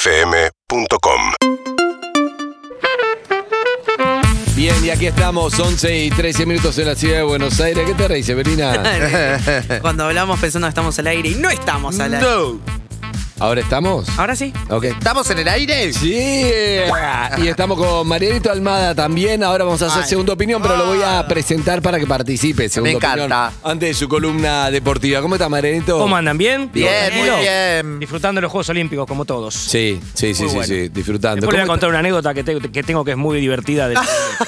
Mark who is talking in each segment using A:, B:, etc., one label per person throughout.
A: UrbanaPlayFM.com
B: Bien, y aquí estamos, 11 y 13 minutos en la ciudad de Buenos Aires. ¿Qué te reís, Severina?
C: Cuando hablamos pensando que estamos al aire y no estamos al aire.
D: No.
B: ¿Ahora estamos?
C: Ahora sí.
B: Ok.
D: ¿Estamos en el aire?
B: Sí, y estamos con Marianito Almada también. Ahora vamos a hacer
D: Ay.
B: segunda opinión, pero lo voy
E: Ah.
B: a presentar para que participe. Segunda opinión,
D: encanta.
B: antes de su columna deportiva. ¿Cómo está, Marianito?
E: ¿Cómo andan? ¿Bien?
D: Bien, muy
E: ¿Tranquilo?
D: bien.
E: Disfrutando de los Juegos Olímpicos, como todos.
B: Sí, sí, sí, sí,
E: bueno.
B: sí, disfrutando.
E: Después les voy a
B: ¿Cómo
E: contar una anécdota que, te- que tengo que es muy divertida. De, de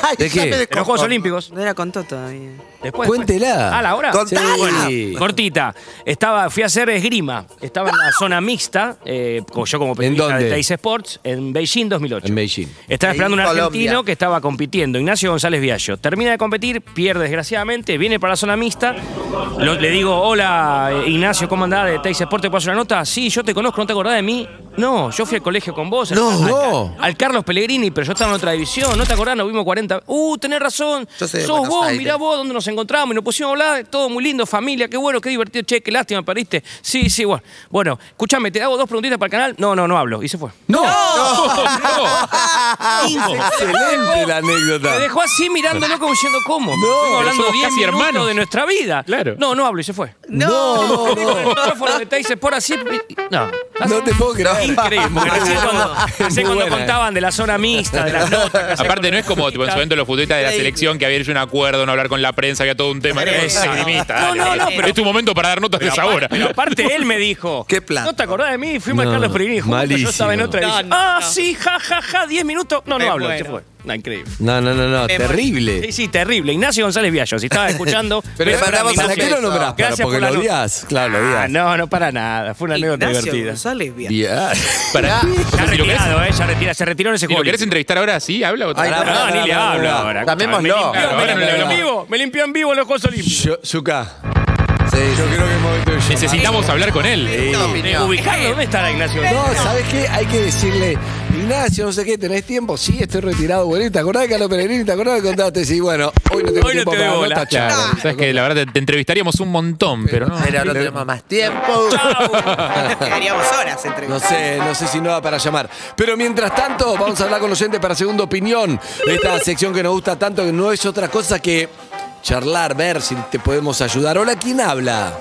D: Ay,
B: ¿De
D: ya
B: qué?
D: me
B: De
E: los Juegos Olímpicos.
C: No era eh. contó todavía.
E: Después,
B: Cuéntela.
E: ¿A la hora?
D: Contala.
B: Sí.
E: Cortita. Estaba, fui a hacer esgrima. Estaba en la zona mixta, eh, como yo como periodista
B: dónde?
E: de Tays Sports, en Beijing 2008.
B: En Beijing.
E: Estaba
D: Ahí,
E: esperando un
D: Colombia.
E: argentino que estaba compitiendo, Ignacio González Viallo. Termina de competir, pierde desgraciadamente, viene para la zona mixta. Lo- le digo, hola eh, Ignacio, ¿cómo andás de Teis Sport? ¿Te puedo hacer una nota? Sí, yo te conozco, ¿no te acordás de mí? No, yo fui al colegio con vos. al-
B: No.
E: al,
B: No.
E: al Carlos Pellegrini, pero yo estaba en otra división, ¿no te acordás? Nos vimos 40. Uh, tenés razón.
D: Yo soy de
E: Sos
D: Buenos
E: vos,
D: Aires.
E: mirá vos dónde nos encontramos y nos pusimos a hablar, todo muy lindo, familia, qué bueno, qué divertido, che, qué lástima, perdiste. Sí, sí, bueno. Bueno, escúchame, te hago dos preguntitas para el canal. No, no, no hablo. Y se fue.
B: ¡No!
E: Excelente
B: Excelente la anécdota.
E: Me dejó así mirándolo como diciendo, ¿cómo? Estuvimos hablando
F: somos
E: 10
F: casi
E: minutos
F: hermanos.
E: de nuestra vida.
F: Claro.
E: No, no hablo y se fue.
B: No, no,
E: Con el
B: no.
E: micrófono de Tays por así. No.
B: No te puedo creer.
E: Increíble, porque recién cuando, recién
B: Muy
E: cuando
B: buena,
E: contaban de la zona mixta, de las notas. que hacían
F: Aparte,
E: con
F: no es como tipo, en su momento los futbolistas de la
C: Sí.
F: selección que había hecho un acuerdo, no hablar con la prensa, había todo un tema. Era como,
E: Exacto.
F: "Sos esgrimista,
E: No,
F: dale,
E: no, no,
F: dale".
E: pero-
F: es tu momento para dar notas de
E: Pero
F: sabor.
E: aparte- Pero aparte él me dijo.
D: Qué plan.
E: ¿No te acordás de mí? Fuimos
B: No,
E: a Carlos Perini juntos.
B: malísimo.
E: Yo estaba en otra.
C: No,
E: edición.
C: no,
E: ah,
C: no.
E: sí, ja, ja, ja, 10 minutos. No, no
C: Me
E: hablo.
C: muero.
E: Se fue. No, increíble.
B: No, no, no, no,
E: Sí,
B: terrible.
E: sí, terrible. Ignacio González Viallo, si estaba escuchando.
D: Pero
E: voy a
D: para-
E: nombrar a
B: ¿Para qué
E: Ignacio.
B: lo nombrás? Para-
E: Gracias
B: porque
E: por la
B: lo
E: no-
B: odias. Claro, lo
E: Ah,
B: odias.
E: no, no para nada. Fue una anécdota
C: Ignacio
E: divertida.
C: González Vial.
B: Yeah.
F: Para-
E: Ya
F: si lo querés-
E: retirado, ¿eh? Ya retira, se retiró en ese
F: si lo
E: juego.
F: querés entrevistar ahora, sí, habla o te-
D: Ay,
E: No,
D: pará,
E: ni le
D: pará,
E: hablo
D: pará.
E: ahora.
D: Llamémoslo.
E: Me limpió,
F: Claro,
E: me
F: ahora no le
E: limpió en
F: hablamos.
E: vivo, me limpió en vivo en los Juegos Olímpicos.
B: Yo- Zuka,
D: Sí,
B: yo creo que es momento de llamar.
F: Necesitamos hablar con él.
D: No, opinión.
E: Ubicarlo, ¿dónde estará Ignacio?
B: No, ¿sabes qué? Hay que decirle, Ignacio, no sé qué, ¿tenés tiempo? Sí, estoy retirado, bueno, ¿te acordás de Carlos Pellegrini? ¿Te acordás que contaste? Sí, bueno, hoy no tengo
E: Hoy no
B: tiempo
E: te
B: para
E: doy bola.
B: nota, chao.
F: Claro, sabes que la verdad te, te entrevistaríamos un montón, pero no.
D: Pero no tenemos más tiempo.
C: Quedaríamos horas entre
B: No sé, no sé si no da para llamar. Pero mientras tanto, vamos a hablar con los oyentes para segunda opinión. Esta sección que nos gusta tanto, que no es otra cosa que charlar, ver si te podemos ayudar. Hola, ¿quién habla?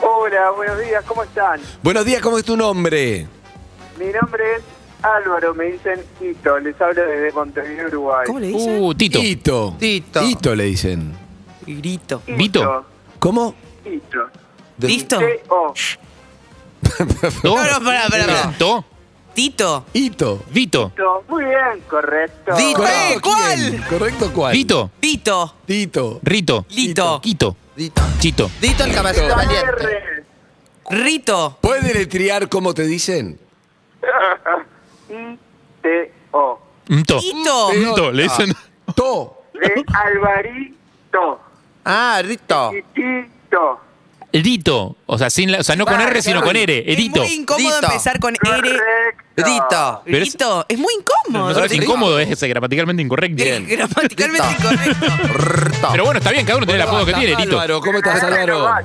G: Hola, buenos días, ¿cómo están?
B: Buenos días, ¿cómo es tu nombre?
G: Mi nombre es Álvaro, me dicen Tito, les hablo desde Montevideo, Uruguay.
C: ¿Cómo le dice?
F: Uh, Tito.
B: Tito.
D: Tito.
B: Tito le dicen.
C: Grito.
F: ¿Vito?
B: ¿Cómo?
G: Tito.
B: De-
C: ¿Listo?
G: T-O.
F: ¿Do?
C: No, no, pará, pará, pará.
F: ¿Do?
C: Tito.
B: Hito.
F: ¿Vito?
G: Tito. Muy bien, correcto.
C: Tito.
B: ¿Correcto
C: ¿Cuál?
B: quién? ¿Correcto cuál?
F: ¿Vito?
C: Tito.
B: Tito.
F: ¿Rito?
C: Lito.
F: ¿Quito?
D: Dito.
F: ¿Chito?
D: Dito el caballero valiente.
G: R.
C: Rito.
B: ¿Puedes deletrear cómo te dicen?
G: I-T-O.
F: ¿Mto?
C: Tito.
F: ¿Mto? ¿Le dicen?
C: Ah.
B: To.
G: De Alvarito
D: Ah, Rito.
G: y Tito.
F: Rito. O sea, sin la- o sea, no con R, sino con R. Erito.
C: Es muy incómodo
D: Dito.
C: empezar con R.
G: Correcto.
D: Dito.
F: Pero es-
C: Rito. Es muy incómodo.
F: No solo es
D: Rito.
F: incómodo, es gramaticalmente incorrecto.
C: Es gramaticalmente
D: Dito.
C: incorrecto.
D: Rito.
F: Pero bueno, está bien, cada uno tiene el apodo que
B: Basta,
F: tiene, Lito.
B: Álvaro, ¿cómo estás,
G: Ah,
B: Álvaro?
G: no,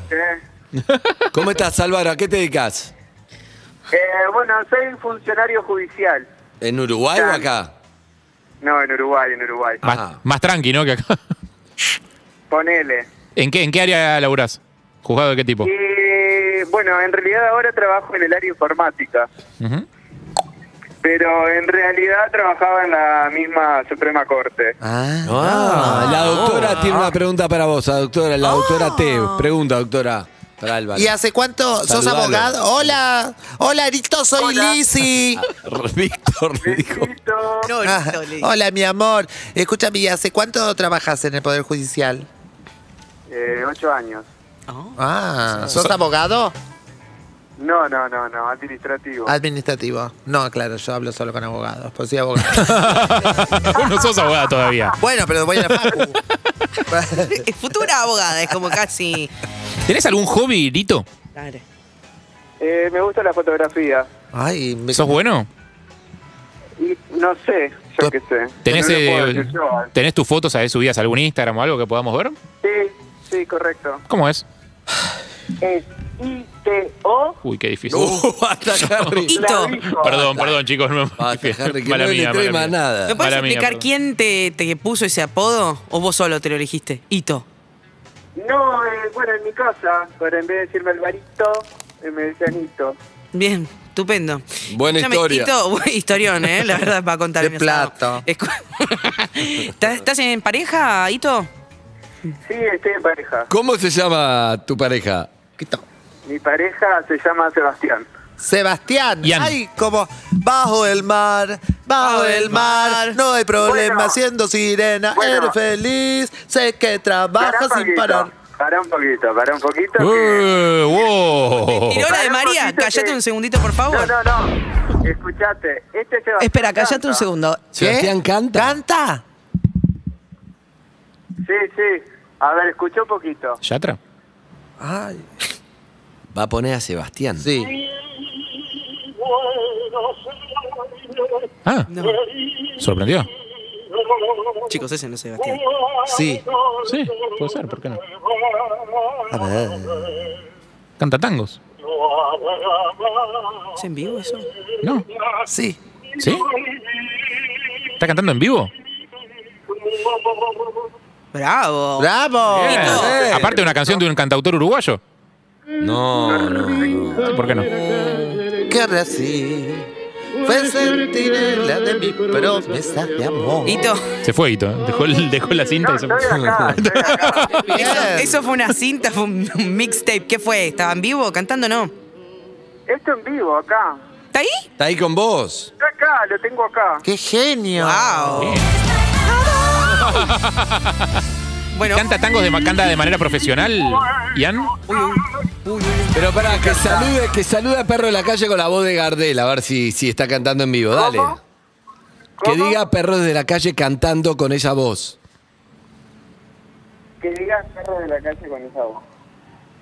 G: eh.
B: ¿Cómo estás, Álvaro? ¿A qué te dedicas?
G: Eh, bueno, soy funcionario judicial.
B: ¿En Uruguay o acá?
G: No, en Uruguay, en Uruguay.
B: Ah.
F: Más, más tranqui, ¿no? Que acá.
G: Ponele.
F: ¿En qué, ¿En qué área laburás? ¿Juzgado de qué tipo?
G: Y Eh, bueno, en realidad ahora trabajo en el área informática.
F: Ujú.
G: Pero en realidad trabajaba en la misma Suprema Corte.
D: Ah,
B: Ah, la doctora tiene una pregunta para vos, la doctora, la doctora T. Pregunta, doctora, para Álvaro.
D: ¿Y hace cuánto sos
B: Saludalo.
D: abogado? Hola, hola Rito, soy
G: Hola.
D: Lizzy.
B: Víctor le dijo.
G: Besito.
C: No,
D: Ah,
C: Rito, le digo.
D: hola, mi amor. Escúchame, ¿y hace cuánto trabajas en el Poder Judicial?
G: Eh, ocho años.
D: Ah, ¿sos abogado?
G: No, no, no, no, administrativo.
F: Ah.
D: Administrativo. No, claro, yo hablo solo con abogados, pues soy abogado.
F: Vos no sos abogada todavía.
D: bueno, pero voy a la facu.
C: Es futura abogada, es como casi.
F: ¿Tenés algún hobby, Lito?
G: Eh, me gusta la fotografía.
D: Ay, me...
F: ¿Sos bueno?
G: Y no sé, yo qué sé.
F: ¿Tenés,
G: No lo puedo
F: eh,
G: decir yo.
F: ¿Tenés tus fotos, sabés, subidas a algún Instagram o algo que podamos ver?
G: Sí, sí, correcto.
F: ¿Cómo es?
G: Es I-T-O.
F: Uy, qué difícil.
B: Uh, basta, Harry.
C: Ito.
G: Clavijo.
F: Perdón, perdón, chicos. No, me-
B: Basta, Harry, que
F: mala
B: no le
F: mía,
B: trema
F: mala mía.
B: nada.
C: ¿Me puedes
F: Mala mía,
C: explicar
F: perdón.
C: quién te, te puso ese apodo? ¿O vos solo te lo elegiste? Ito.
G: No, eh, bueno, en mi casa, pero en vez de decirme Alvarito, eh, me decían Ito.
C: Bien, estupendo.
B: Buena
C: Escúchame,
B: historia.
C: Ito, buen historión, ¿eh? La verdad, para contar. en
D: De
C: asado.
D: plato.
C: Escu- ¿Estás, estás en pareja, Ito?
G: Sí, estoy en pareja.
B: ¿Cómo se llama tu pareja?
D: Quito.
G: Mi pareja se llama Sebastián.
D: Sebastián,
F: Ian.
D: ay, como bajo el mar, bajo el mar, no hay problema
G: Bueno.
D: siendo sirena,
G: Bueno.
D: eres feliz, sé que trabajas
G: Pará un
D: sin
G: poquito,
D: parar.
G: Pará un poquito, pará un poquito. que-
F: Eh, wow.
C: Tiró la de
G: Pará,
C: María,
G: Rosita,
C: callate
G: que-
C: un segundito, por favor.
G: No, no, no. Escuchate. Este Sebastián
H: Espera, callate un
G: canta.
H: segundo.
B: Sebastián canta.
D: ¿Canta?
G: Sí, sí. A ver, escuchó un poquito.
F: ¿Yatra?
D: Ay,
B: Va a poner a Sebastián.
D: sí.
F: Ah,
C: No.
F: sorprendió.
C: Chicos, ese no es Sebastián.
D: Sí.
F: Sí, puede ser, ¿por qué no?
D: A ver.
F: Canta tangos.
C: ¿Es en vivo eso?
F: ¿No?
D: Sí.
F: ¿Sí? ¿Está cantando en vivo?
C: ¡Bravo!
D: ¡Bravo!
F: Bien.
C: Ito.
F: Aparte de una canción de un cantautor uruguayo.
B: No, no, no.
F: ¿Por qué no?
D: Querré así. Fue sentinela de mi promesa de amor.
C: Ito,
F: Se fue Ito, ¿eh? dejó, el- dejó la cinta
G: No,
F: y se
G: estoy acá, estoy acá.
C: eso,
D: Bien.
C: eso fue una cinta, fue un, un mixtape. ¿Qué fue? ¿Estaba en vivo cantando o no?
G: Esto en vivo, acá.
C: ¿Está ahí?
B: Está ahí con vos.
G: Está acá, lo tengo acá.
D: ¡Qué genio!
C: ¡Wow! Bueno,
F: ¿Canta tangos de, ma- canta de manera profesional, Ian?
B: Pero pará, que salude, que salude a Perro de la Calle con la voz de Gardel, a ver si, si está cantando en vivo. Dale.
G: ¿Cómo?
B: Que
G: ¿Cómo?
B: diga Perro de la Calle cantando con esa voz.
G: Que diga perro de la calle con esa voz.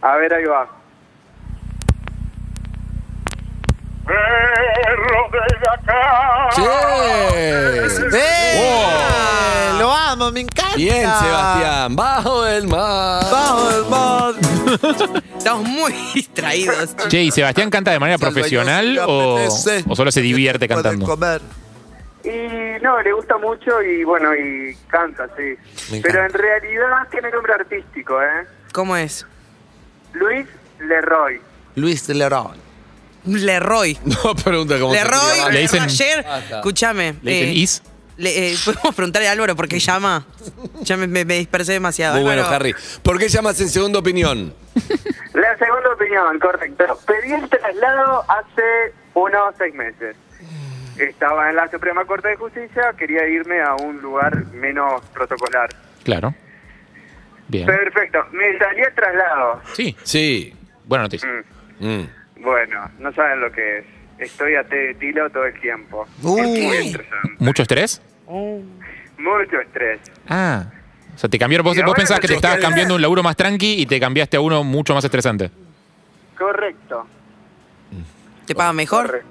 G: A ver, ahí va. Perro de la
B: ¡Sí!
G: calle.
D: ¡Eh!
F: ¡Wow!
D: ¡Lo amo! ¡Me encanta!
B: Bien, Sebastián. Bajo el mar.
D: ¡Bajo el mar!
C: estamos muy distraídos.
F: Che, ¿y Sebastián canta de manera profesional o, o solo se divierte cantando?
D: Comer.
G: Y no, le gusta mucho y bueno, y canta, sí.
B: Me
G: Pero
B: encanta.
G: en realidad tiene nombre artístico, ¿eh?
C: ¿Cómo es?
G: Luis Leroy.
D: Luis Leroy.
C: Leroy.
B: No pregunta cómo se escribe,
C: Leroy,
B: vale.
F: Le dicen-
C: ayer,
B: Basta.
C: escúchame.
F: ¿Le dicen
C: eh,
F: is?
C: le- eh, Podemos preguntarle a Álvaro por qué llama. Ya me, me- me dispersé demasiado.
B: Muy bueno,
C: Álvaro,
B: Harry. ¿Por qué llamas en segunda opinión?
G: La segunda opinión, correcto. Pedí el traslado hace unos seis meses. Estaba en la Suprema Corte de Justicia, quería irme a un lugar menos protocolar.
F: Claro. Bien.
G: Perfecto, me salió el traslado.
F: Sí,
B: Sí.
F: buena noticia.
B: Mm.
G: Bueno, no saben lo que es. Estoy a té de tilo todo el tiempo.
D: Uy.
G: Es muy estresante.
F: ¿Mucho estrés?
G: Mucho estrés.
F: Ah. O sea, te cambiaron, vos,
G: Y
F: vos
G: ahora
F: pensabas
G: me
F: que te
G: tengo
F: estabas
G: que-
F: cambiando un laburo más tranqui y te cambiaste a uno mucho más estresante.
G: Correcto.
C: ¿Te paga mejor?
G: correcto.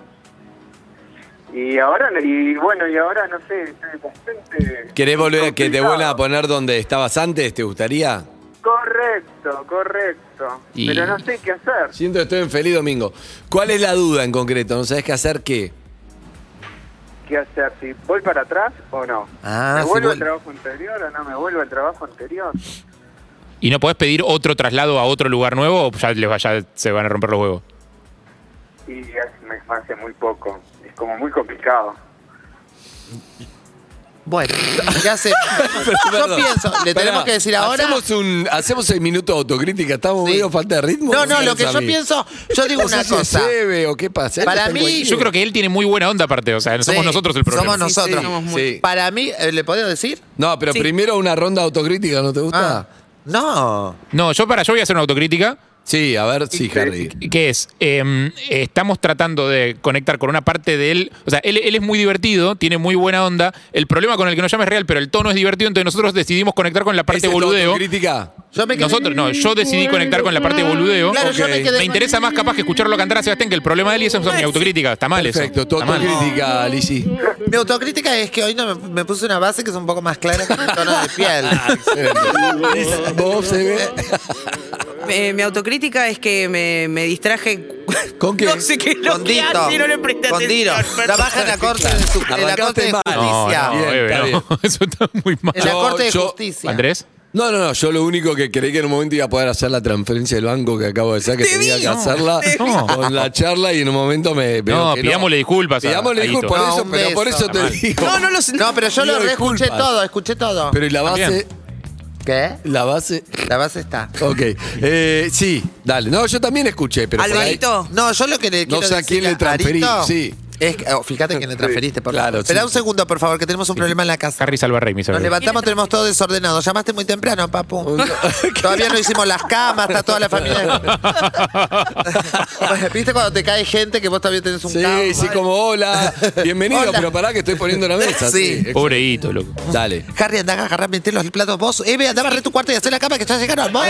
G: Y ahora, y bueno, y ahora no sé, estoy bastante.
B: ¿Querés volver a que te
G: complicado.
B: vuelvan a poner donde estabas antes? ¿Te gustaría?
G: Correcto, correcto.
F: Y-
G: Pero no sé qué hacer.
B: Siento que estoy en feliz domingo. ¿Cuál es la duda en concreto? ¿No sabes qué hacer qué?
G: ¿Qué hacer? ¿Si voy para atrás o no?
D: Ah,
G: ¿Me
D: si
G: vuelvo
D: vol-
G: al trabajo anterior o no me vuelvo al trabajo anterior?
F: ¿Y no podés pedir otro traslado a otro lugar nuevo o ya, les va- ya se van a romper los huevos?
G: Y es- me hace muy poco. Es como muy complicado.
D: Bueno, ya sé. Yo
B: Perdón.
D: pienso, le
B: Pará,
D: tenemos que decir ahora.
B: Hacemos, un, hacemos el minuto de autocrítica. ¿Estamos
D: Sí.
B: medio falta de ritmo?
D: No,
B: ¿Qué
D: no, lo que
B: pensás,
D: yo
B: amigo?
D: pienso, yo digo
B: No
D: una
B: sé si
D: cosa.
B: se ve o qué pasa. este Él
D: Para
B: está en
D: mí-
B: cualquier-
F: Yo creo que él tiene muy buena onda aparte, o sea, somos
D: Sí,
F: nosotros el problema.
D: Somos nosotros.
C: somos muy-
B: Sí.
D: Para mí, eh, ¿le puedo decir? Ah.
B: No, pero
C: Sí.
B: primero una ronda de autocrítica, ¿no te gusta?
D: No.
F: No, yo para yo voy a hacer una autocrítica.
B: Sí, a ver, sí, Harry.
F: que es, eh, estamos tratando de conectar con una parte de él, o sea, él, él es muy divertido, tiene muy buena onda, el problema con el que nos llama es real, pero el tono es divertido, entonces nosotros decidimos conectar con la
B: ¿Esa
F: parte
B: es tu
F: boludeo.
B: autocrítica?
D: Yo me quedé-
F: Nosotros, no, yo decidí conectar con la parte boludeo.
D: Claro, yo
B: Ok.
D: me quedé.
F: Me interesa más capaz que escucharlo cantar a Sebastián que el problema de él y eso es mi autocrítica, está mal eso.
B: Perfecto, tu
F: Está mal.
B: autocrítica, Lizzy.
D: Mi autocrítica es que hoy no me, me puse una base que es un
B: Ah, eh,
D: poco más clara que mi tono de piel.
B: Vos se ve.
C: eh, mi autocrítica es que me, me distraje.
B: ¿Con qué?
C: No sé qué es lo
D: Con
C: que
D: Dito.
C: hace, no le presté
D: Con Dito.
C: atención.
D: Trabaja en la corte de, su- en la corte
B: Arrancaste
D: de
B: mal.
F: No,
D: justicia.
F: no,
B: Bien,
F: Eve,
B: está
F: no. Eso está muy mal.
D: En la
B: Yo-
D: corte de
B: yo-
D: justicia.
F: ¿Andrés?
B: No, no, no. Yo lo único que creí que en un momento iba a poder hacer la transferencia del banco que acabo de hacer, que
C: Te
B: tenía
C: vi,
B: que
C: no,
B: hacerla
C: te
F: vi.
B: con la charla y en un momento me. veo
F: No,
B: que
F: pidámosle disculpas a-
B: Pidámosle
F: a Guito.
B: disculpas, por
D: No,
B: eso,
D: un
B: pero por
D: beso.
B: eso te
F: Mal.
B: digo.
C: No, no lo sé.
D: No, pero yo
B: Pido
D: lo re escuché
B: disculpas.
D: todo, escuché todo.
B: Pero y la base.
F: También.
D: ¿Qué?
B: La base.
D: La base está.
B: Ok. Eh, sí, dale. No, yo también escuché, pero. por ahí-
C: Alvarito.
D: No, yo lo que le
B: No
D: quiero
B: sé a quién
D: decir
B: le transferí,
D: Arito
B: sí.
D: Es, que- oh, fíjate a quién le transferiste, por
B: Claro,
D: favor.
B: sí.
D: Espera un segundo, por favor, que tenemos un problema en la casa.
F: Harry Salvarrey, mis
D: Nos
F: amigos.
D: levantamos, tenemos todo desordenado. Llamaste muy temprano, papu. Todavía no hicimos las camas, está toda la familia. Bueno, ¿Viste cuando te cae gente que vos también tenés un
B: Sí,
D: caos?
B: sí,
D: Ay.
B: como hola. Bienvenido,
D: Hola.
B: pero pará que estoy poniendo la mesa.
D: Sí.
B: Sí.
F: Pobre Guito, loco.
B: Dale.
D: Harry, andá a agarrar, meter los platos vos. Eve, andá a barrer tu cuarto y hacer la cama que ya llegaron. Vos.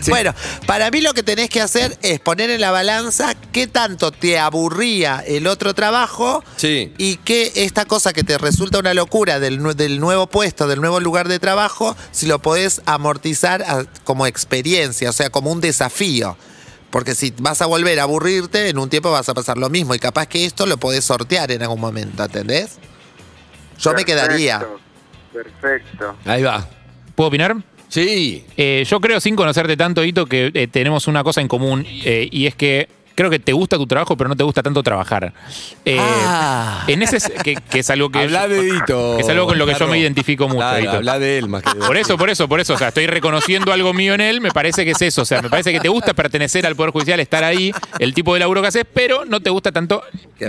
B: Sí.
D: Bueno, para mí lo que tenés que hacer es poner en la balanza qué tanto te aburría el otro trabajo
B: Sí.
D: y que esta cosa que te resulta una locura del, nue- del nuevo puesto, del nuevo lugar de trabajo, si lo podés amortizar a- como experiencia, o sea, como un desafío. Porque si vas a volver a aburrirte, en un tiempo vas a pasar lo mismo y capaz que esto lo podés sortear en algún momento, ¿entendés? Yo me quedaría.
G: Perfecto.
B: Ahí va.
F: ¿Puedo opinar?
B: Sí.
F: Eh, yo creo, sin conocerte tanto, Hito, que eh, tenemos una cosa en común eh, y es que creo que te gusta tu trabajo, pero no te gusta tanto trabajar. Eh,
D: Ah.
F: En ese es- que, que es algo que
B: Habla
F: yo-
B: de Dito.
F: es algo con lo que yo
B: Claro.
F: me identifico mucho,
B: Claro,
F: Dito.
B: Habla de él más que de
F: Por eso, por eso, por eso. O sea, estoy reconociendo algo mío en él. Me parece que es eso. O sea, me parece que te gusta pertenecer al Poder Judicial, estar ahí, el tipo de laburo que haces, pero no te gusta tanto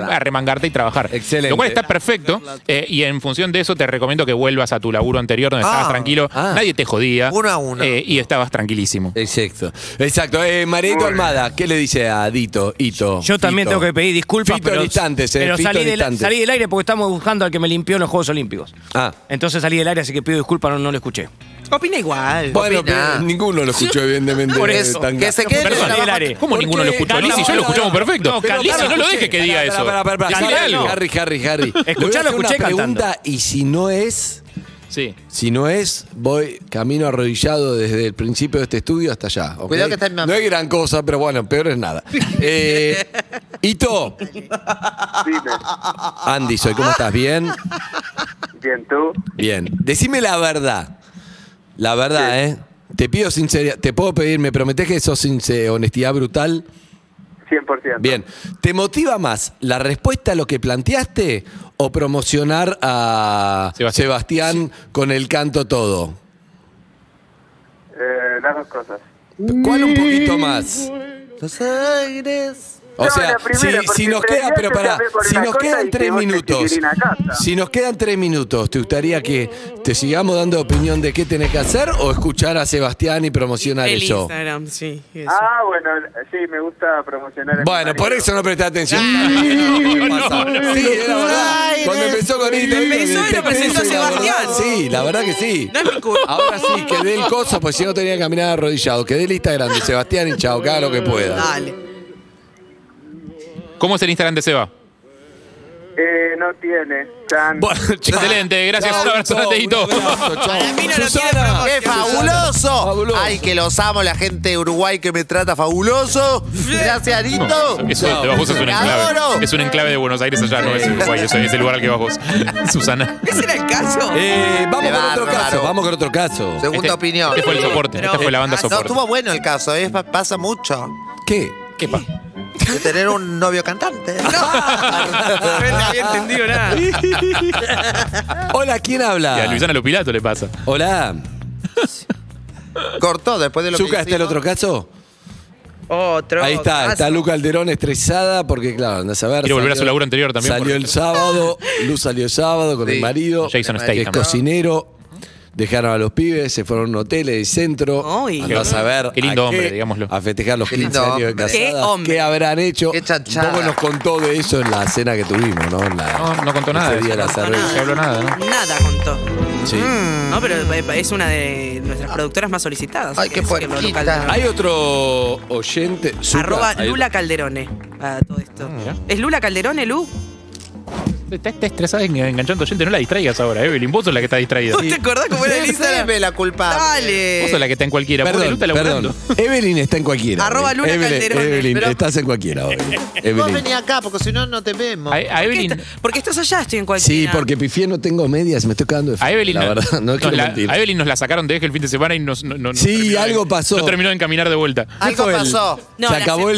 F: arremangarte y trabajar.
B: Excelente.
F: Lo cual está perfecto. eh, y en función de eso, te recomiendo que vuelvas a tu laburo anterior donde
D: Ah,
F: estabas tranquilo.
B: ah.
F: Nadie te jodía.
D: Uno a uno.
F: eh, y estabas tranquilísimo.
B: Eh, Exacto. Exacto. Eh, Marielito Almada, ¿qué le dice a Dito? Hito.
E: Yo también
B: Fito?
E: tengo que pedir disculpas,
B: Fito
E: pero,
B: en instantes, eh,
E: pero
B: Fito
E: salí,
B: en
E: del,
B: instantes.
E: salí del aire porque estamos buscando al que me limpió en los Juegos Olímpicos.
B: Ah.
E: Entonces salí del aire, así que pido disculpas, no, no lo escuché.
C: Opina igual.
B: Bueno,
D: Opina.
B: pero ninguno lo escuchó, evidentemente.
D: Por
B: eh,
D: eso,
B: Tanga.
D: que se quede en el
E: Perdón,
D: trabajo.
E: Lare.
F: ¿Cómo
B: Porque-
F: ninguno lo escuchó?
B: Pará,
F: Lizzy, yo lo
B: pará,
F: escuchamos
B: pará.
F: perfecto.
E: No, Carlitos,
F: Lizzy,
B: pará,
F: no lo
B: escuché.
F: dejes que diga
B: Pará,
F: eso.
B: pará, pará, pará.
F: Decí
E: Carlitos,
B: Harry,
F: algo.
E: no.
B: Harry, Harry, Harry. Le voy a
E: lo
B: hacer una
E: escuché
B: pregunta
E: cantando.
B: y si no es,
F: Sí.
B: si no es, voy camino arrodillado desde el principio de este estudio hasta allá. ¿ok?
D: Cuidado que está mi mamá.
B: No es gran cosa, pero bueno, peor es nada. Eh, Ito,
G: Dime.
B: Andy, soy, ¿cómo estás? ¿Bien?
G: Bien, tú.
B: Bien. Decime la verdad. La verdad, ¿eh? Te pido sinceridad. Te puedo pedir, me prometés que sos sincer- honestidad brutal.
G: 100%.
B: Bien. ¿Te motiva más la respuesta a lo que planteaste o promocionar a
F: Sebastián.
B: Sebastián, con el canto todo?
G: Eh, las dos cosas.
B: ¿Cuál un poquito más?
D: Los aires.
B: O
G: No,
B: sea,
G: la primera,
B: si,
G: porque
B: si nos
G: en
B: queda,
G: realidad
B: pero
G: yo te
B: pará,
G: hablé por
B: si
G: una
B: nos
G: cosa
B: quedan
G: y
B: tres
G: que vos te
B: minutos,
G: querés ir a casa.
B: si nos quedan tres minutos, ¿te gustaría que te sigamos dando opinión de qué tenés que hacer o escuchar a Sebastián y promocionar
C: El
B: eso?
C: Instagram, sí. eso.
G: Ah, bueno, sí, me gusta promocionar. a mi
B: Bueno, por
G: marido.
B: eso no presté atención. No, pasa. Sí, era verdad.
D: Ay,
B: Cuando
D: no.
B: empezó con Ito,
C: Empezó y
B: te
C: lo presentó
B: pienso, y la verdad,
C: Sebastián.
B: Sí, la verdad que sí.
C: No es mi culpa.
B: Ahora sí, quedé el coso, pues si no tenía que caminar arrodillado. Quedé el Instagram de Sebastián y chao, que haga lo que pueda.
C: Dale.
F: ¿Cómo es el Instagram de Seba?
G: Eh, no tiene. Tan...
B: Bueno, chao.
F: Excelente, gracias.
B: Chao,
F: Un abrazo
B: Ito,
F: grande,
B: un
F: Ito.
B: abrazo, chao.
C: Para mí no lo
B: Susana,
C: quiere
D: ¡Qué fabuloso!
B: Fabuloso.
D: ¡Ay, que los amo, la gente de Uruguay que me trata fabuloso! ¡Gracias, Arito!
F: Eso,
B: Chao.
F: de vos es un
D: Adoro.
F: enclave. Es un enclave de Buenos Aires allá, no es Uruguay. eso Es el lugar al que vas vos. Susana.
C: ¿Ese era el caso?
B: Eh, vamos
D: Qué
B: con otro
D: bárbaro.
B: caso, vamos con otro caso.
D: Segunda
F: Este-
D: opinión.
F: Este fue el soporte.
C: Pero-
F: Esta fue la banda
D: No, ah,
F: soporte.
D: estuvo bueno el caso, ¿eh? Pa- pasa mucho.
B: ¿Qué?
F: ¿Qué pa-
D: De tener un novio cantante.
C: No había entendido nada.
B: Hola, ¿quién
F: Y a
B: habla?
F: Luisana Lopilato le pasa.
B: Hola.
D: Cortó después de lo que
B: Zucca, ¿está este el
D: hicimos.
B: otro caso?
C: Otro.
B: Ahí está,
C: caso.
B: está Luca Alderón estresada porque, claro, andás a ver.
F: Quiere volver a su laburo anterior también,
B: Salió
F: porque-
B: el sábado, Luz salió el sábado con
D: Sí.
B: el marido,
F: Con Jason
B: que es
F: Statham.
B: cocinero. Dejaron a los pibes, se fueron a un hotel del centro.
C: Ay.
B: Andás a ver.
F: Qué lindo
B: a
F: hombre, digámoslo.
B: A festejar los
D: Qué
B: 15
D: lindo
B: años de
D: hombre.
B: casadas.
C: Qué hombre.
B: habrán hecho?
D: Qué
B: Un
D: chanchada.
B: poco nos contó de eso en la cena que tuvimos, ¿no? En la-
F: No, no contó nada
B: ese
F: de
B: día de
F: eso,
B: la
F: no
B: cerveza.
F: Se habló nada, ¿no?
C: Nada contó.
B: Sí.
C: No, pero eh, es una de nuestras productoras más solicitadas.
D: Hmm. Ay,
C: que
D: qué
C: es que lo
D: puerquita.
C: local-
B: Hay otro oyente. Zucca,
C: Arroba
B: hay-
F: Ah,
C: Lula Calderone. a todo esto. ¿Es Lula Calderone, Lu?
F: Está, está estresada en- enganchando gente, no la distraigas ahora, Evelyn. Vos sos la que está distraída.
C: ¿Vos te acordás cómo era el Instagram?
D: Ustedes la culpable.
C: Dale.
F: Vos sos la que está en cualquiera. Pobre
B: Perdón,
F: Lu está laburando.
B: perdón. Evelyn está en cualquiera.
C: Arroba Luna
B: Evelyn,
C: Calderón,
B: Evelyn,
C: pero-
B: estás en cualquiera hoy.
D: Vos
B: Evelyn.
D: vení acá, porque si no, no te vemos.
F: A, a
C: ¿Por qué
F: Evelyn.
C: está- ¿Por qué estás allá? Estoy en
B: Sí,
C: cualquiera.
B: porque pifié no tengo medias, me estoy cagando de
F: A
B: frío,
F: Evelyn,
B: La verdad, no
F: nos
B: quiero
F: la,
B: mentir.
F: a Evelyn nos la sacaron de eje el fin de semana y nos, no, no- no
B: Sí,
F: terminó de-
B: algo pasó.
F: No terminó de encaminar de vuelta.
D: Algo
B: Fue el-
D: pasó.
C: No,
B: se
C: la
B: acabó
C: se-
B: el.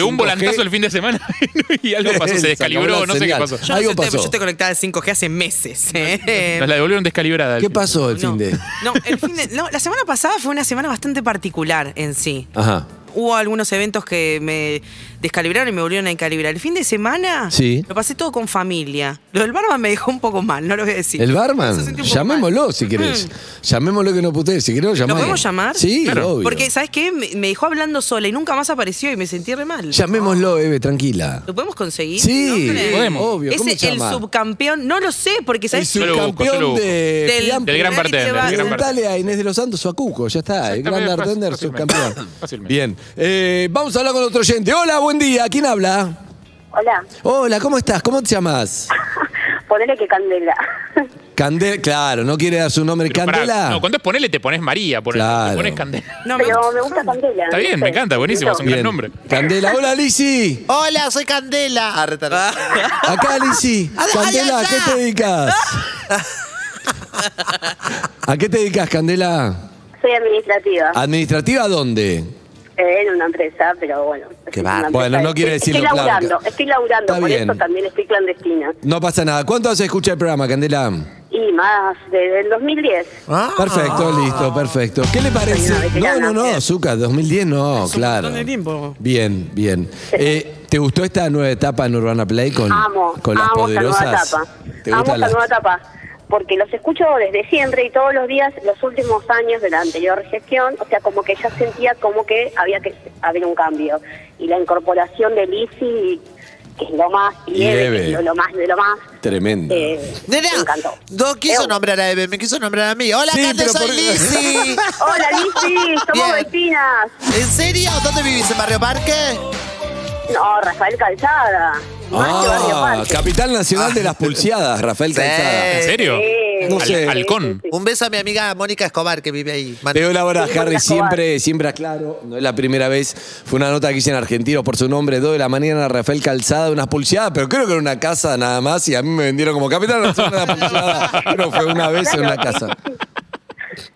F: Pegó un
B: 5G.
F: volantazo el fin de semana y algo pasó. Se descalibró,
B: acabó la
F: no sé qué
B: señal.
F: pasó.
C: Yo no
B: Algo
C: sé ustedes, pero
B: pasó.
C: Yo estoy conectada al 5G hace meses. ¿eh?
F: Nos la devolvieron descalibrada.
B: ¿Qué pasó el fin de.?
C: No, el fin de- no, la semana pasada fue una semana bastante particular en sí.
B: Ajá.
C: Hubo algunos eventos que me descalibraron y me volvieron a encalibrar. El fin de semana
B: Sí.
C: lo pasé todo con familia. Lo del barman me dejó un poco mal, no lo voy a decir.
B: ¿El
C: Eso
B: barman?
C: sentí un poco
B: Llamémoslo
C: mal.
B: si querés.
C: Mm.
B: Llamémoslo que no putees. Si querés,
C: ¿Lo
B: llamamos.
C: podemos llamar?
B: Sí, obvio.
C: Porque, ¿sabes qué? Me me dejó hablando sola y nunca más apareció y me sentí re mal.
B: Llamémoslo, Eve, tranquila.
C: ¿Lo podemos conseguir?
B: Sí,
C: ¿No?
F: podemos.
B: obvio. ¿Cómo
C: Ese,
B: se
C: el
B: llama?
C: subcampeón, no lo sé, porque
B: El
C: ¿sabes qué?
F: Yo lo busco, yo lo
B: subcampeón
F: busco.
B: de Fiampi.
F: Del gran
C: reality
F: bartender, del
C: de
F: gran
C: bar-
B: Preguntale Eh, a Inés de los Santos o a Cuco, ya está. El gran
F: Exactamente,
B: bartender,
F: fácil,
B: subcampeón.
F: fácilmente. Fácilmente.
B: Bien. Eh, vamos a hablar con otro oyente. Hola, buen día. ¿Quién habla?
H: Hola,
B: Hola, ¿cómo estás? ¿Cómo te llamas?
H: ponele que candela.
B: Candela. Claro, no quiere dar su nombre.
F: Pero pará,
B: Candela.
F: no, cuando es ponele, te pones María, ponele,
B: Claro.
F: te pones Candela.
C: No, me
H: Pero
C: gusta.
H: me gusta candela.
F: Está
H: no
F: bien,
H: sé.
F: me encanta, buenísimo, es un gran
B: Bien.
F: nombre.
B: Candela. Hola, Lisi.
D: Hola, soy Candela. Ah, retardé.
B: Acá, Lisi.
D: Ay,
B: Candela,
D: ay,
B: ¿a qué
D: ay.
B: te dedicas? ¿A qué te dedicas, Candela?
H: Soy administrativa
B: Ah. ¿Administrativa dónde?
H: eh, en una empresa, pero bueno. es una
B: bárbaro.
H: empresa.
B: Bueno, no quiere
H: Estoy-
B: decirlo,
H: Estoy
B: claro,
H: laburando,
B: que-
H: estoy laburando,
B: Está
H: por
B: bien.
H: eso también estoy clandestina.
B: No pasa nada. ¿Cuánto hace escucha el programa, Candela?
H: Y más, desde el 2010.
D: Ah.
B: Perfecto, listo, perfecto. ¿Qué le parece?
H: Soy una
B: No,
H: veterana.
B: no, no, Zucca, 2010 no, claro.
C: montón de tiempo.
B: Bien, bien. Eh, ¿Te gustó esta nueva etapa en Urbana Play con,
H: Amo,
B: con las
H: amo esta nueva
B: poderosas?
H: etapa.
B: ¿Te
H: Amo
B: gustan
H: esta
B: las-
H: nueva etapa. Porque los escucho desde siempre y todos los días, los últimos años de la anterior gestión, o sea, como que ya sentía como que había que haber un cambio. Y la incorporación de Lizzy, que es lo más, y
B: Y
H: Eve,
B: Eve.
H: que es lo, lo más de lo más.
B: Tremendo.
H: Eh,
D: Nena,
H: me encantó. Eh,
D: no quiso
H: Eu.
D: nombrar a Eve, me quiso nombrar a mí. Hola,
B: Sí,
D: Cande,
B: pero
D: soy
B: por-
D: Lizzy.
H: Hola Lizzy, somos
D: Bien.
H: vecinas.
D: ¿En serio? ¿Dónde vivís? ¿En Barrio Parque?
H: No, Rafael Calzada. Más que Ah. Barrio
B: Ah,
H: Parque.
B: Capital Nacional de las Pulseadas, Rafael
D: Sí.
B: Calzada.
F: ¿En serio?
H: Sí,
B: No
F: Al-
B: sé.
F: halcón.
H: sí, sí.
D: Un beso a mi amiga Mónica Escobar que vive ahí. Man-
B: Te doy la hora,
H: Sí,
B: Harry,
H: Mónica
B: siempre, siempre aclaro, no es la primera vez, fue una nota que hice en Argentinos por su nombre, 2 de la mañana, Rafael Calzada, unas pulseadas, pero creo que era una casa nada más y a mí me vendieron como capitán nacional de la pulseada, pero fue una vez en una casa.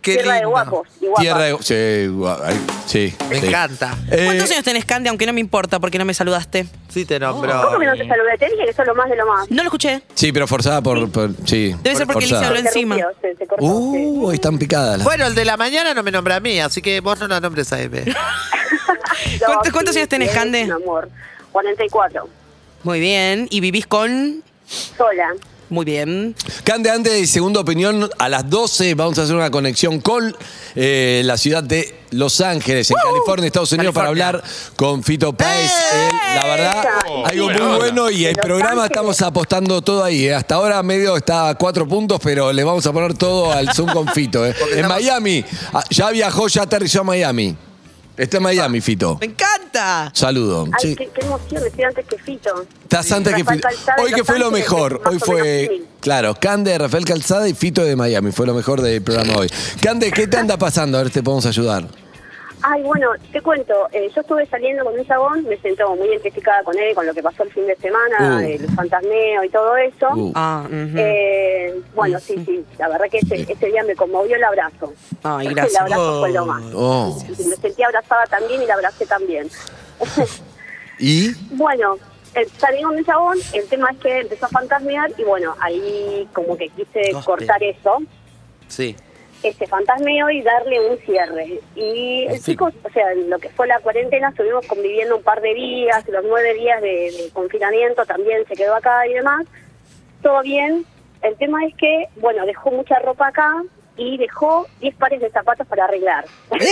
D: Qué
H: Tierra de
D: lindo.
H: guapos y guapas.
B: Tierra de... Sí, gua- ay, sí.
D: Me
B: sí.
D: encanta.
B: Eh,
C: ¿Cuántos años tenés, Candy? Aunque no me importa porque no me saludaste.
D: Sí, te nombró.
H: ¿Cómo que no te saludé? Te dije que son lo más de lo más.
C: No lo escuché.
B: Sí, pero forzada por... por- sí.
C: Debe ser porque
B: forzada.
C: Lisa habló encima.
H: Interrumpido, Se, se cortó, sí.
B: Uh, están picadas las...
D: Bueno, el de la mañana no me nombra a mí, así que vos no la nombres a Eve.
H: No,
C: ¿Cuánto- cuántos
H: sí,
C: años tenés,
H: es
C: Cande?
H: un amor. 44.
C: Muy bien. ¿Y vivís con...?
H: Sola.
C: Muy bien.
B: Cande, antes de segunda opinión, a las 12 vamos a hacer una conexión con eh, la ciudad de Los Ángeles, en California, Estados Unidos,
C: California.
B: para hablar con Fito Páez.
D: ¡Eh!
B: Él, la verdad,
H: Oh,
B: algo
F: buena
B: muy
F: onda.
B: bueno y el
H: Los
B: programa
H: Ángeles.
B: estamos apostando todo ahí. eh. Hasta ahora medio está a cuatro puntos, pero le vamos a poner todo al Zoom con Fito. eh. En Miami, ah, ya viajó, ya aterrizó a Miami. Está en Miami, Fito.
C: ¡Me encanta!
B: Saludo.
H: Ay,
B: Sí.
H: qué, qué emoción, estoy antes que Fito.
B: Estás antes que
H: Rafael
B: Fito.
H: Calzada
B: Hoy
H: de
B: que
H: Los
B: fue lo
H: Ángeles,
B: mejor.
H: más
B: Hoy
H: o
B: fue,
H: menos mil.
B: claro, Cande de Rafael Calzada y Fito de Miami. Fue lo mejor del programa hoy. Cande, ¿qué te anda pasando? A ver si te podemos ayudar.
H: Ay, bueno, te cuento, eh, yo estuve saliendo con un chabón, me sentó muy identificada con él, con lo que pasó el fin de semana, eh,
B: Uh.
H: el fantasmeo y todo eso.
B: Uh.
C: Ah, ujú.
H: Eh, bueno, sí, sí, la verdad que ese, ese día me conmovió el abrazo.
C: Ay, gracias.
H: El abrazo fue lo más.
B: Oh.
H: Me sentí abrazada también y la abracé también.
B: ¿Y?
H: Bueno, eh, salí con un chabón, el tema es que empezó a fantasmear y bueno, ahí como que quise
D: Hostia.
H: cortar eso,
D: Sí.
H: ese fantasmeo y darle un cierre. Y el
D: Sí.
H: chico, o sea, en lo que fue la cuarentena estuvimos conviviendo un par de días, los nueve días de, de confinamiento también se quedó acá y demás, todo bien. El tema es que, bueno, dejó mucha ropa acá y dejó 10 pares de zapatos para arreglar.
B: ¿Eh?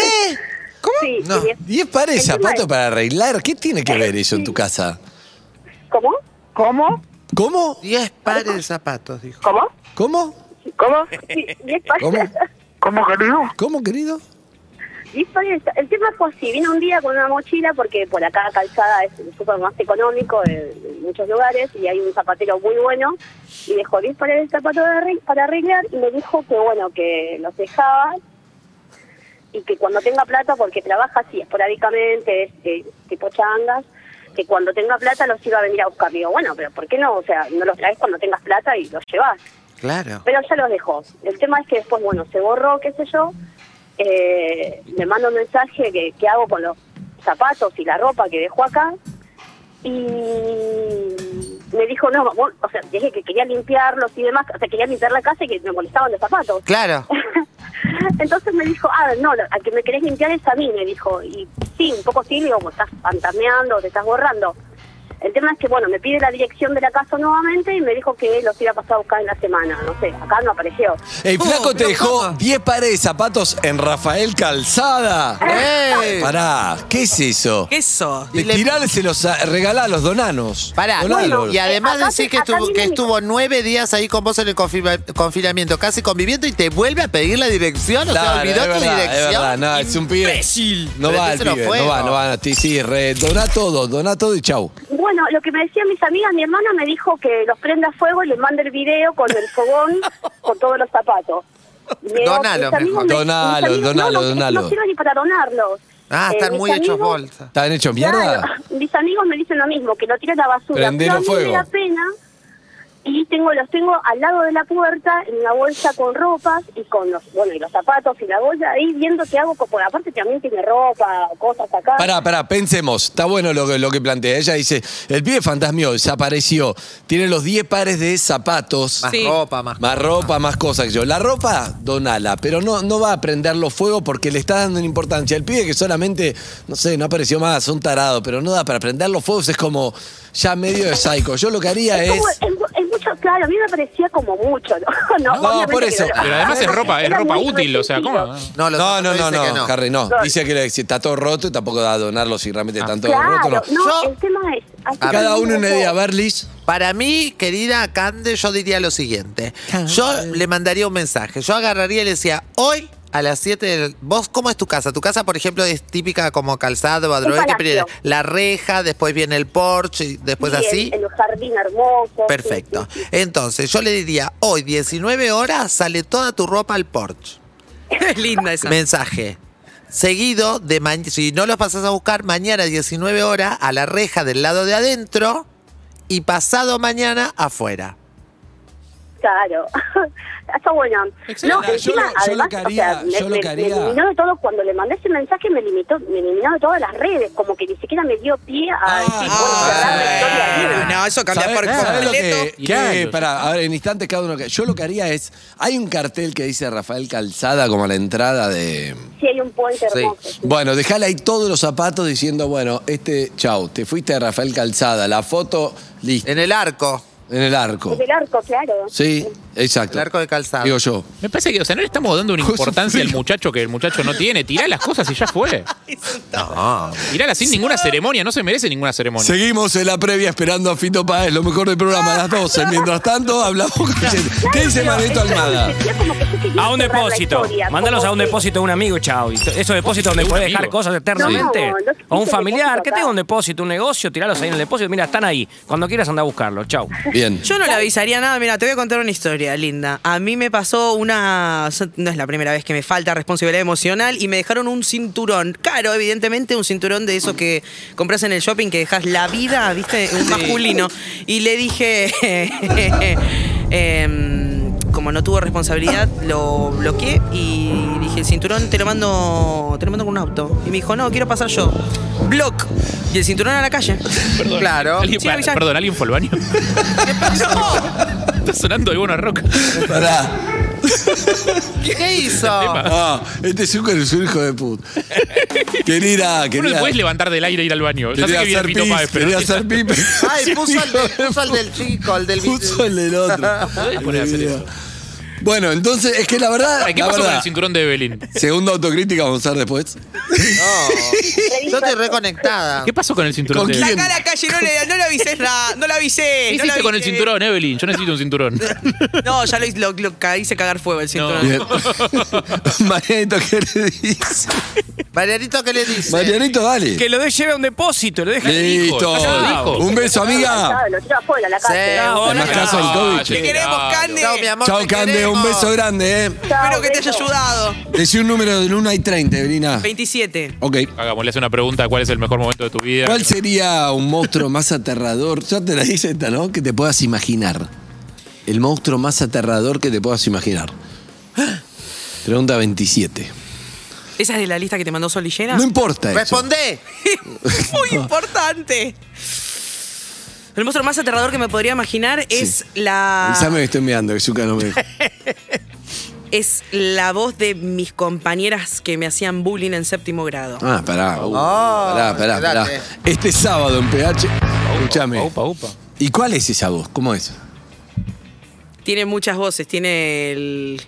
H: ¿Cómo? Sí,
D: No,
H: y diez-
B: ¿10 pares de
H: El tema
B: zapatos
H: es-
B: para arreglar? ¿Qué tiene que ver eso en tu casa?
H: ¿Cómo? ¿Cómo?
B: ¿Cómo?
D: Diez pares de zapatos, dijo.
H: ¿Cómo?
B: ¿Cómo?
H: ¿Cómo? Sí, 10 pares.
B: ¿Cómo?
H: ¿Cómo, querido?
B: ¿Cómo, querido?
H: Y por eso, el tema fue así, vino un día con una mochila porque por acá calzada es súper más económico en, en muchos lugares y hay un zapatero muy bueno y dejó ir para el zapato de arreg- para arreglar y me dijo que bueno, que los dejaba y que cuando tenga plata, porque trabaja así esporádicamente, es, eh, tipo changas, que cuando tenga plata los iba a venir a buscar. Digo, bueno, pero ¿por qué no? O sea, no los traes cuando tengas plata y los llevas.
D: Claro.
H: Pero ya los dejó. El tema es que después, bueno, se borró, qué sé yo. Eh, me manda un mensaje que, que hago con los zapatos y la ropa que dejó acá. Y me dijo, no, vos- o sea, dije que quería limpiarlos y demás. O sea, quería limpiar la casa y que me molestaban los zapatos.
D: Claro.
H: Entonces me dijo, ah, no, lo- al que me querés limpiar es a mí, me dijo. Y sí, un poco sí, digo, "vos estás pantameando, te estás borrando. El tema es que, bueno, me pide la dirección de la casa nuevamente y me dijo que los iba a pasar a buscar en la semana. No sé, acá no apareció.
B: El flaco
C: Oh,
B: te
C: pero
B: dejó
C: ¿cómo?
B: 10 pares de zapatos en Rafael Calzada.
D: ¡Ey!
B: Pará, ¿qué es eso?
C: Eh. ¿Qué eso?
B: De
D: Dile-
B: tirárselos, a- regalá a los donanos.
D: Pará,
B: Donalos.
D: y además
H: Eh, Acá
D: decís
H: te-
D: que
H: acá
D: estuvo,
H: viene
D: que
H: mi-
D: estuvo nueve días ahí con vos en el confirma- confinamiento, casi conviviendo, y te vuelve a pedir la dirección, o
B: Claro,
D: sea, Ah, olvidó
B: es
D: tu
B: verdad,
D: dirección.
B: Es verdad, no, es un pibe. No
D: Pero este
B: va el
D: entonces no
B: pibe,
D: fue,
B: no va,
D: ¿no?
B: no va. no, ti- Sí, re- doná todo, doná todo y chau.
H: Bueno, lo que me decían mis amigas, mi hermana me dijo que los prenda a fuego y les mande el video con el fogón, con todos los zapatos. Me-
D: Donalo
H: mis amigos
D: mejor.
H: me- mis
B: Donalo,
H: amigos-
B: donalo,
H: no, no,
B: donalo.
H: No sirve ni para donarlos.
D: Ah,
H: Eh,
D: están
H: mis
D: muy hechos
H: amigos-
D: bolsa.
B: ¿Estaban hechos mierda?
H: Claro, mis amigos me dicen lo mismo, que lo tiran a la basura.
B: Prendelo
H: pero a mí
B: fuego.
H: me da pena y tengo los tengo al lado de la puerta en una bolsa con ropas y con los bueno y los zapatos y la bolsa ahí viendo qué hago con- porque aparte también tiene ropa cosas acá
B: Pará, pará, pensemos. Está bueno lo que, lo que plantea. Ella dice, el pibe fantasmió, desapareció. Tiene los 10 pares de zapatos.
D: Más
C: Sí.
D: ropa, más.
B: Más ropa, más cosas que yo. La ropa, donala, pero no, no va a prenderlo fuego porque le está dando una importancia. El pibe que solamente, no sé, no apareció más, un tarado, pero no da para prenderlo fuegos, es como ya medio de psycho. Yo lo que haría es.
H: Como- es, mu- es mucho claro a mí me parecía como mucho no,
B: No,
H: Obviamente
B: por
H: que
B: eso.
F: Pero además es ropa, es
H: Era
F: ropa
H: muy
F: útil, o sea, ¿cómo?
H: resentido.
D: No, los
B: No, no,
D: otros
B: no,
D: dicen
B: no,
D: que
B: Harry, no.
H: No.
B: Dice que le- si está todo roto y tampoco da a donarlo si realmente están todos
H: claro
B: rotos. No.
H: no,
D: Yo-
H: el tema es hay que
B: Cada
H: tener
B: uno una
H: ojo.
B: idea, Berlis.
D: Para mí, querida Cande, yo diría lo siguiente. Yo le mandaría un mensaje. Yo agarraría y le decía, hoy a las 7 del... ¿Vos cómo es tu casa? Tu casa, por ejemplo, es típica como calzado, badrobe, que
H: palacio.
D: viene la reja, después viene el porche, y después
H: Sí,
D: "Pues así.
H: en, en un jardín hermoso
D: Perfecto.
H: sí, sí, sí.
D: Entonces, yo le diría, hoy 19 horas sale toda tu ropa al porche.
C: Es linda esa.
D: Mensaje. Seguido de ma- si no los pasas a buscar mañana 19 horas a la reja del lado de adentro y pasado mañana afuera.
H: Claro. Está bueno. No,
B: Yo
H: encima,
B: lo- yo
H: además,
B: lo que
H: o sea,
B: haría,
H: me,
B: yo lo
H: me-
B: que
H: me
B: haría-
H: eliminó de todo, cuando le mandé ese mensaje me limitó, me eliminó de todas las redes, como que ni siquiera me dio pie a
B: Ah,
H: decir,
B: ah,
H: bueno, cerrar la historia
B: ah,
H: libre.
C: No, eso cambia
B: ¿Sabés-
C: por
B: sabés lo que,
C: completo.
B: que- pará, a ver, en instantes cada uno. que- Yo lo que haría es. Hay un cartel que dice Rafael Calzada como a la entrada de.
H: Sí, hay un puente
D: Sí.
H: hermoso. sí.
B: Bueno, dejale ahí todos los zapatos diciendo, bueno, este, chau, te fuiste a Rafael Calzada, la foto, listo,
D: En el arco.
B: en el arco.
H: Es el arco, claro.
B: Sí, exacto.
D: El arco de calzado.
B: Digo yo.
F: Me parece que, o sea, no le estamos dando una
B: Cosa
F: importancia al
B: fría.
F: muchacho que el muchacho no tiene. Tirá las cosas y ya fue.
D: No.
F: Tirala sin ninguna ceremonia, no se merece ninguna ceremonia.
B: Seguimos en la previa esperando a Fito Páez, lo mejor del programa, a las 12. Mientras tanto, hablamos con ¿Qué dice
H: Claro,
B: Manito
H: pero
B: Almada?
H: entonces, decía como que yo quería
E: A un
H: cerrar la
E: depósito.
H: historia,
E: Mándalos
H: como
E: a un
H: que-
E: depósito de un amigo, chao. Y to- Esos depósitos donde
F: un
E: puedes dejar
F: amigo.
E: cosas eternamente.
H: No, no, no
E: o un
H: existe
E: familiar.
H: depósito
E: Que
H: acá.
E: tenga un depósito, un negocio, tiralos ahí en el depósito. Mira, están ahí. Cuando quieras anda a buscarlos. Chao.
B: Bien.
C: Yo no le avisaría nada. Mira, te voy a contar una historia linda. A mí me pasó una. No es la primera vez que me falta responsabilidad emocional y me dejaron un cinturón. Caro, evidentemente, un cinturón de esos que compras en el shopping que dejas la vida, ¿viste? Un masculino. Y le dije. em, como no tuvo responsabilidad, lo bloqueé y dije, el cinturón te lo mando, te lo mando con un auto. Y me dijo, no, quiero pasar yo. Block. Y el cinturón a la calle.
F: Perdón.
D: Claro.
F: ¿Alguien,
C: Sí, avisá.
F: perdón, ¿alguien fue al baño? Está sonando de buena roca.
B: Pará.
D: ¿Qué hizo?
B: Ah, este es un es un hijo de puta. Querida,
F: Uno
B: querida.
F: puedes levantar del aire e ir al baño. Ya sé
B: Quería
F: que viene
B: hacer
F: Pito
B: pis,
F: Páez, pero.
B: quería
F: no
B: hacer pipe.
D: Ay, puso el, de- puso el del chico, el del
B: Puso el del otro.
F: podés poner a hacer
B: Ay,
F: eso.
B: Dios. Bueno, entonces, es que la verdad.
F: ¿Qué
B: la
F: pasó con
B: verdad,
F: el cinturón de Evelyn?
B: Segunda autocrítica vamos a hacer después.
D: Yo estoy reconectada.
I: ¿Qué pasó con el cinturón
B: ¿Con
I: de
B: quién?
I: Evelyn?
C: Sacá la calle, no le, no le avises nada, no la avisé.
I: ¿Qué
C: Eh, no la
I: hiciste con el
C: avisé.
I: cinturón, Evelyn? Yo necesito un cinturón.
C: No, ya lo, lo, lo ca- hice cagar fuego el cinturón.
B: Bien. Marianito, ¿qué le dice?
D: Marianito, ¿qué le dice?
B: Marianito, dale.
E: Que lo de lleve a un depósito, lo deja
B: Listo. Un beso, amiga.
H: Lo tiro afuera a la calle.
D: Sí,
E: Hola,
B: Más caso del COVID,
C: Te
B: che.
C: queremos, Cande.
D: Chao, mi amor.
B: Chao,
D: te
B: Cande. Un
D: queremos.
B: beso grande, eh.
H: Chao,
C: Espero que te haya
H: beso.
C: ayudado.
B: Decí un número del 1 y 30, Evelina.
C: 27.
B: Ok.
F: Hagámosle hace una pregunta, ¿cuál es el mejor momento de tu vida?
B: ¿Cuál sería un monstruo más aterrador? Ya te la hice esta, ¿no? Que te puedas imaginar. El monstruo más aterrador que te puedas imaginar. Pregunta 27.
C: ¿Esa es de la lista que te mandó Sol Lillera?
B: No importa eso.
D: Respondé.
C: Muy importante. El monstruo más aterrador que me podría imaginar es la.
B: Avísame que estoy mirando, que Zucca no me dijo.
C: Es la voz de mis compañeras que me hacían bullying en séptimo grado.
B: Ah, pará. uh,
D: Ah,
B: pará, pará, pará.
D: quédate.
B: Este sábado en PH. Escúchame.
F: Upa, upa.
B: ¿Y cuál es esa voz? ¿Cómo es?
C: Tiene muchas voces. Tiene el.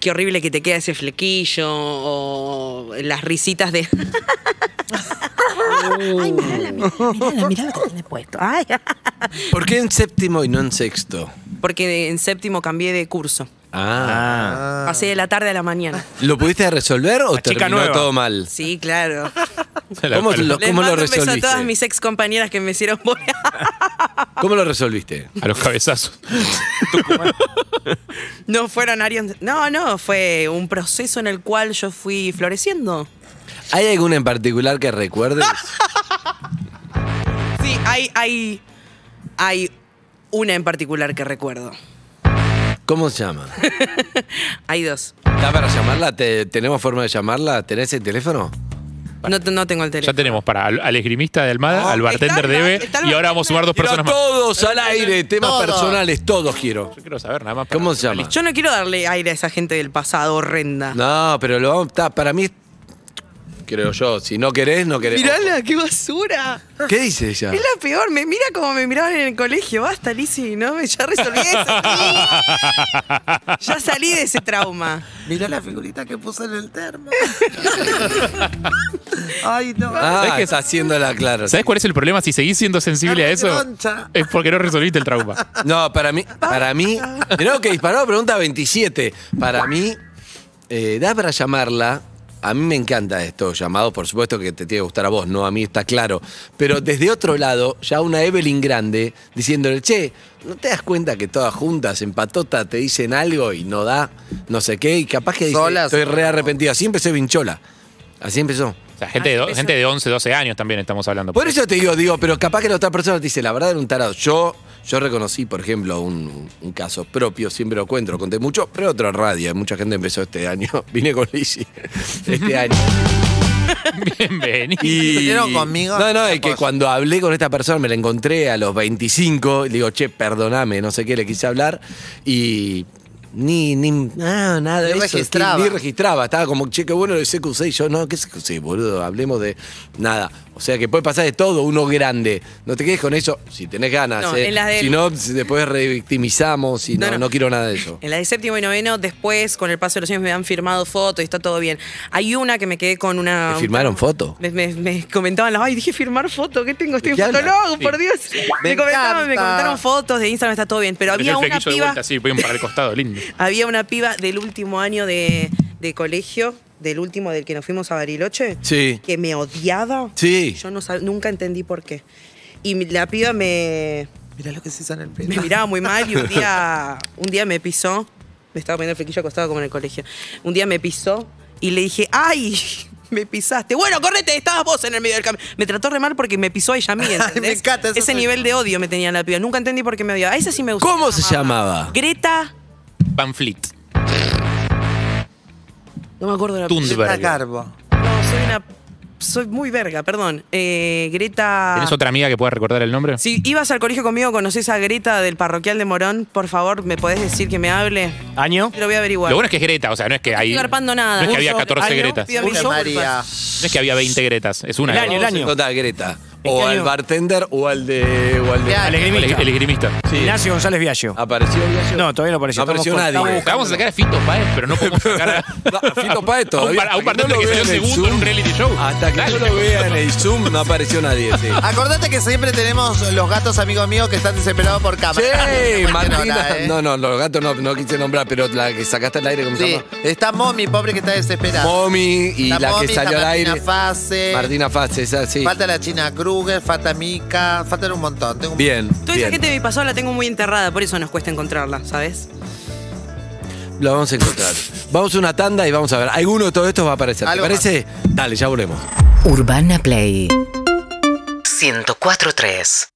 C: Qué horrible que te queda ese flequillo. O las risitas de.
J: Ay, mirala, mirala, mirala, mirala que tiene puesto. Ay.
B: ¿Por qué en séptimo y no en sexto?
C: Porque en séptimo cambié de curso.
B: Ah.
C: Pasé de la tarde a la mañana.
B: ¿Lo pudiste resolver o
E: La chica
B: terminó
E: nueva.
B: todo mal?
C: Sí, claro.
B: ¿Cómo lo,
C: Les
B: cómo lo
C: mando un beso a
B: resolviste?
C: todas mis ex compañeras que me hicieron bullying.
B: ¿Cómo lo resolviste?
F: A los cabezazos.
C: No fueron Arians. No, no, fue un proceso en el cual yo fui floreciendo.
B: ¿Hay alguna en particular que recuerdes?
C: Sí, hay, hay, hay una en particular que recuerdo.
B: ¿Cómo se llama?
C: Hay dos.
B: ¿Está para llamarla? ¿Te- ¿Tenemos forma de llamarla? ¿Tenés el teléfono?
C: No, te- no tengo el
F: Ya
C: teléfono.
F: tenemos para al, al esgrimista de Almada, al
C: Ah, está
F: bartender
C: el
F: de
C: bar-
F: Eve,
C: está el
F: y ahora vamos a sumar dos
B: Pero
F: personas más.
B: todos al aire, temas
D: Todos.
B: personales, todos quiero.
F: Yo quiero saber nada más. para-
B: ¿Cómo se llama?
C: Yo no quiero darle aire a esa gente del pasado horrenda.
B: No, pero lo vamos, está, para mí, creo yo, si no querés, no querés.
C: Mirala, qué basura.
B: ¿Qué dice ella?
C: Es la peor. Me mira como me miraban en el colegio. Basta, Lizzy, no me ya resolví eso. ya salí de ese trauma.
D: Mirá la figurita que puso en el termo. Ay, no.
B: Ah,
F: ¿Sabés qué?
B: está haciéndola clara.
F: ¿Sabés cuál es el problema? Si seguís siendo sensible
D: Ah,
F: a eso,
D: groncha.
F: es porque no resolviste el trauma.
B: No, para mí, para mí, creo que disparó pregunta 27. Para mí, eh, da para llamarla. A mí me encanta esto, llamado, por supuesto que te tiene que gustar a vos, no a mí está claro. Pero desde otro lado, ya una Evelyn grande diciéndole, che, ¿no te das cuenta que todas juntas en patota te dicen algo y no da no sé qué? Y capaz que dice,
D: Sola,
B: estoy
D: sola,
B: re
D: no".
B: arrepentida. Así empecé Vinchola. Así empezó.
F: O sea, gente, de, do- gente de 11, 12 años también estamos hablando.
B: Por eso te digo, digo, pero capaz que la otra persona te dice, la verdad era un tarado. Yo, yo reconocí, por ejemplo, un, un caso propio, siempre lo cuento, lo conté mucho, pero otra radio, mucha gente empezó este año. Vine con Lizzy este año.
F: Bienvenido.
B: Y-
D: ¿Vinieron conmigo?
B: No, no, es que
D: Vos.
B: cuando hablé con esta persona, me la encontré a los 25, y le digo, che, perdoname, no sé qué, le quise hablar, y ni, ni ah, nada de eso,
D: registraba.
B: Ni, ni registraba, estaba como, che, qué bueno el CQC, y yo, no, qué CQC, boludo, hablemos de nada. O sea que puede pasar de todo, uno grande. No te quedes con eso, si tenés ganas,
C: No,
B: eh.
C: en las del-
B: si no, si después revictimizamos y no,
C: No, no.
B: no quiero nada de eso.
C: En la de séptimo y noveno, después, con el paso de los años, me han firmado fotos y está todo bien. Hay una que me quedé con una.
B: ¿Te firmaron foto?
C: Me, me- me comentaban las. Ay, dije firmar foto. ¿qué tengo? Estoy en
B: ¿De qué
C: fotólogo,
B: hablas?
C: por Dios. Me, comentaban, me
D: encanta.
C: comentaron fotos de Instagram, está todo bien. Pero
F: Tenés
C: había
F: el
C: una
F: flequillo de
C: piba.
F: vuelta, así, voy para el costado, lindo.
C: Había una piba del último año de, de colegio, del último del que nos fuimos a Bariloche,
B: Sí.
C: que me odiaba.
B: Sí.
C: Yo no sab- nunca entendí por qué. Y mi- la piba me,
D: Mirá lo que se hizo en el
C: me
D: pelo.
C: miraba muy mal y un día, un día me pisó. Me estaba poniendo el flequillo acostado como en el colegio. Un día me pisó y le dije, ¡ay! Me pisaste. Bueno, correte, estabas vos en el medio del camino. Me trató re mal porque me pisó a ella a mí, ¿entendés?
D: me encanta, eso
C: Ese
D: soy
C: nivel
D: yo.
C: de odio me tenía la piba. Nunca entendí por qué me odiaba. A esa sí me gustaba.
B: ¿Cómo se llamaba?
C: Greta.
F: Van Fleet.
C: No me acuerdo de la
D: Está
F: Thunberg.
D: carbo.
C: No, soy una. Soy muy verga, perdón. Eh, Greta.
F: ¿Tienes otra amiga que pueda recordar el nombre?
C: Si ibas al colegio conmigo, conoces a Greta del parroquial de Morón, por favor, ¿me podés decir que me hable?
E: ¿Año?
C: Lo voy a averiguar.
F: Lo bueno es que es Greta, o sea, no es que hay.
C: estoy garpando nada.
F: No es que
C: Uso,
F: había 14
C: año,
F: Gretas.
C: pido mil
D: Uy,
C: disculpas.
D: María.
F: No es que había 20 Gretas, es una.
E: El año, el año.
B: Contá, Greta.
E: ¿En qué
B: O al
E: año?
B: bartender o al de. O al de-
D: Mirá,
E: Al
F: El,
E: esgrimista.
F: el esgrimista.
B: Sí.
E: Ignacio González Viallo.
B: ¿Apareció Ignacio?
E: No, todavía no apareció.
B: No apareció
E: Estamos con-
B: nadie.
E: estamos
F: Vamos a sacar a Fito Páez, pero no podemos sacar a,
B: No, Fito Páez
F: a un,
B: todavía.
F: par- a
B: Hasta
F: un
B: que
F: partido
B: no lo
F: que
B: vea
F: salió
B: en el
F: segundo en
B: Zoom,
F: un reality show.
B: Hasta que
F: Dale.
B: no lo vea en el Zoom no apareció nadie. Sí,
D: Acordate que siempre tenemos los gatos amigos míos que están desesperados por cámara.
B: Sí,
D: Bueno,
B: Martina.
D: nada, ¿eh?
B: No, no, los gatos no, no quise nombrar, pero la que sacaste al aire, ¿cómo se
D: Sí,
B: llama?
D: está Mommy, pobre que está desesperada.
B: Momi y
D: Está
B: la
D: Mommy,
B: que
D: está
B: salió al aire.
D: Martina Fase.
B: Martina Faz, esa sí.
D: Falta la China Kruger, falta Mika, faltan un montón. Tengo un-
B: Bien.
C: Toda
B: bien.
C: esa gente de mi pasado la tengo muy enterrada, por eso nos cuesta encontrarla, ¿sabes?
B: La vamos a encontrar. Vamos a una tanda y vamos a ver. Alguno de todos estos va a aparecer. ¿Te
D: Algo más.
B: parece? Dale, ya volvemos.
K: Urbana Play 1043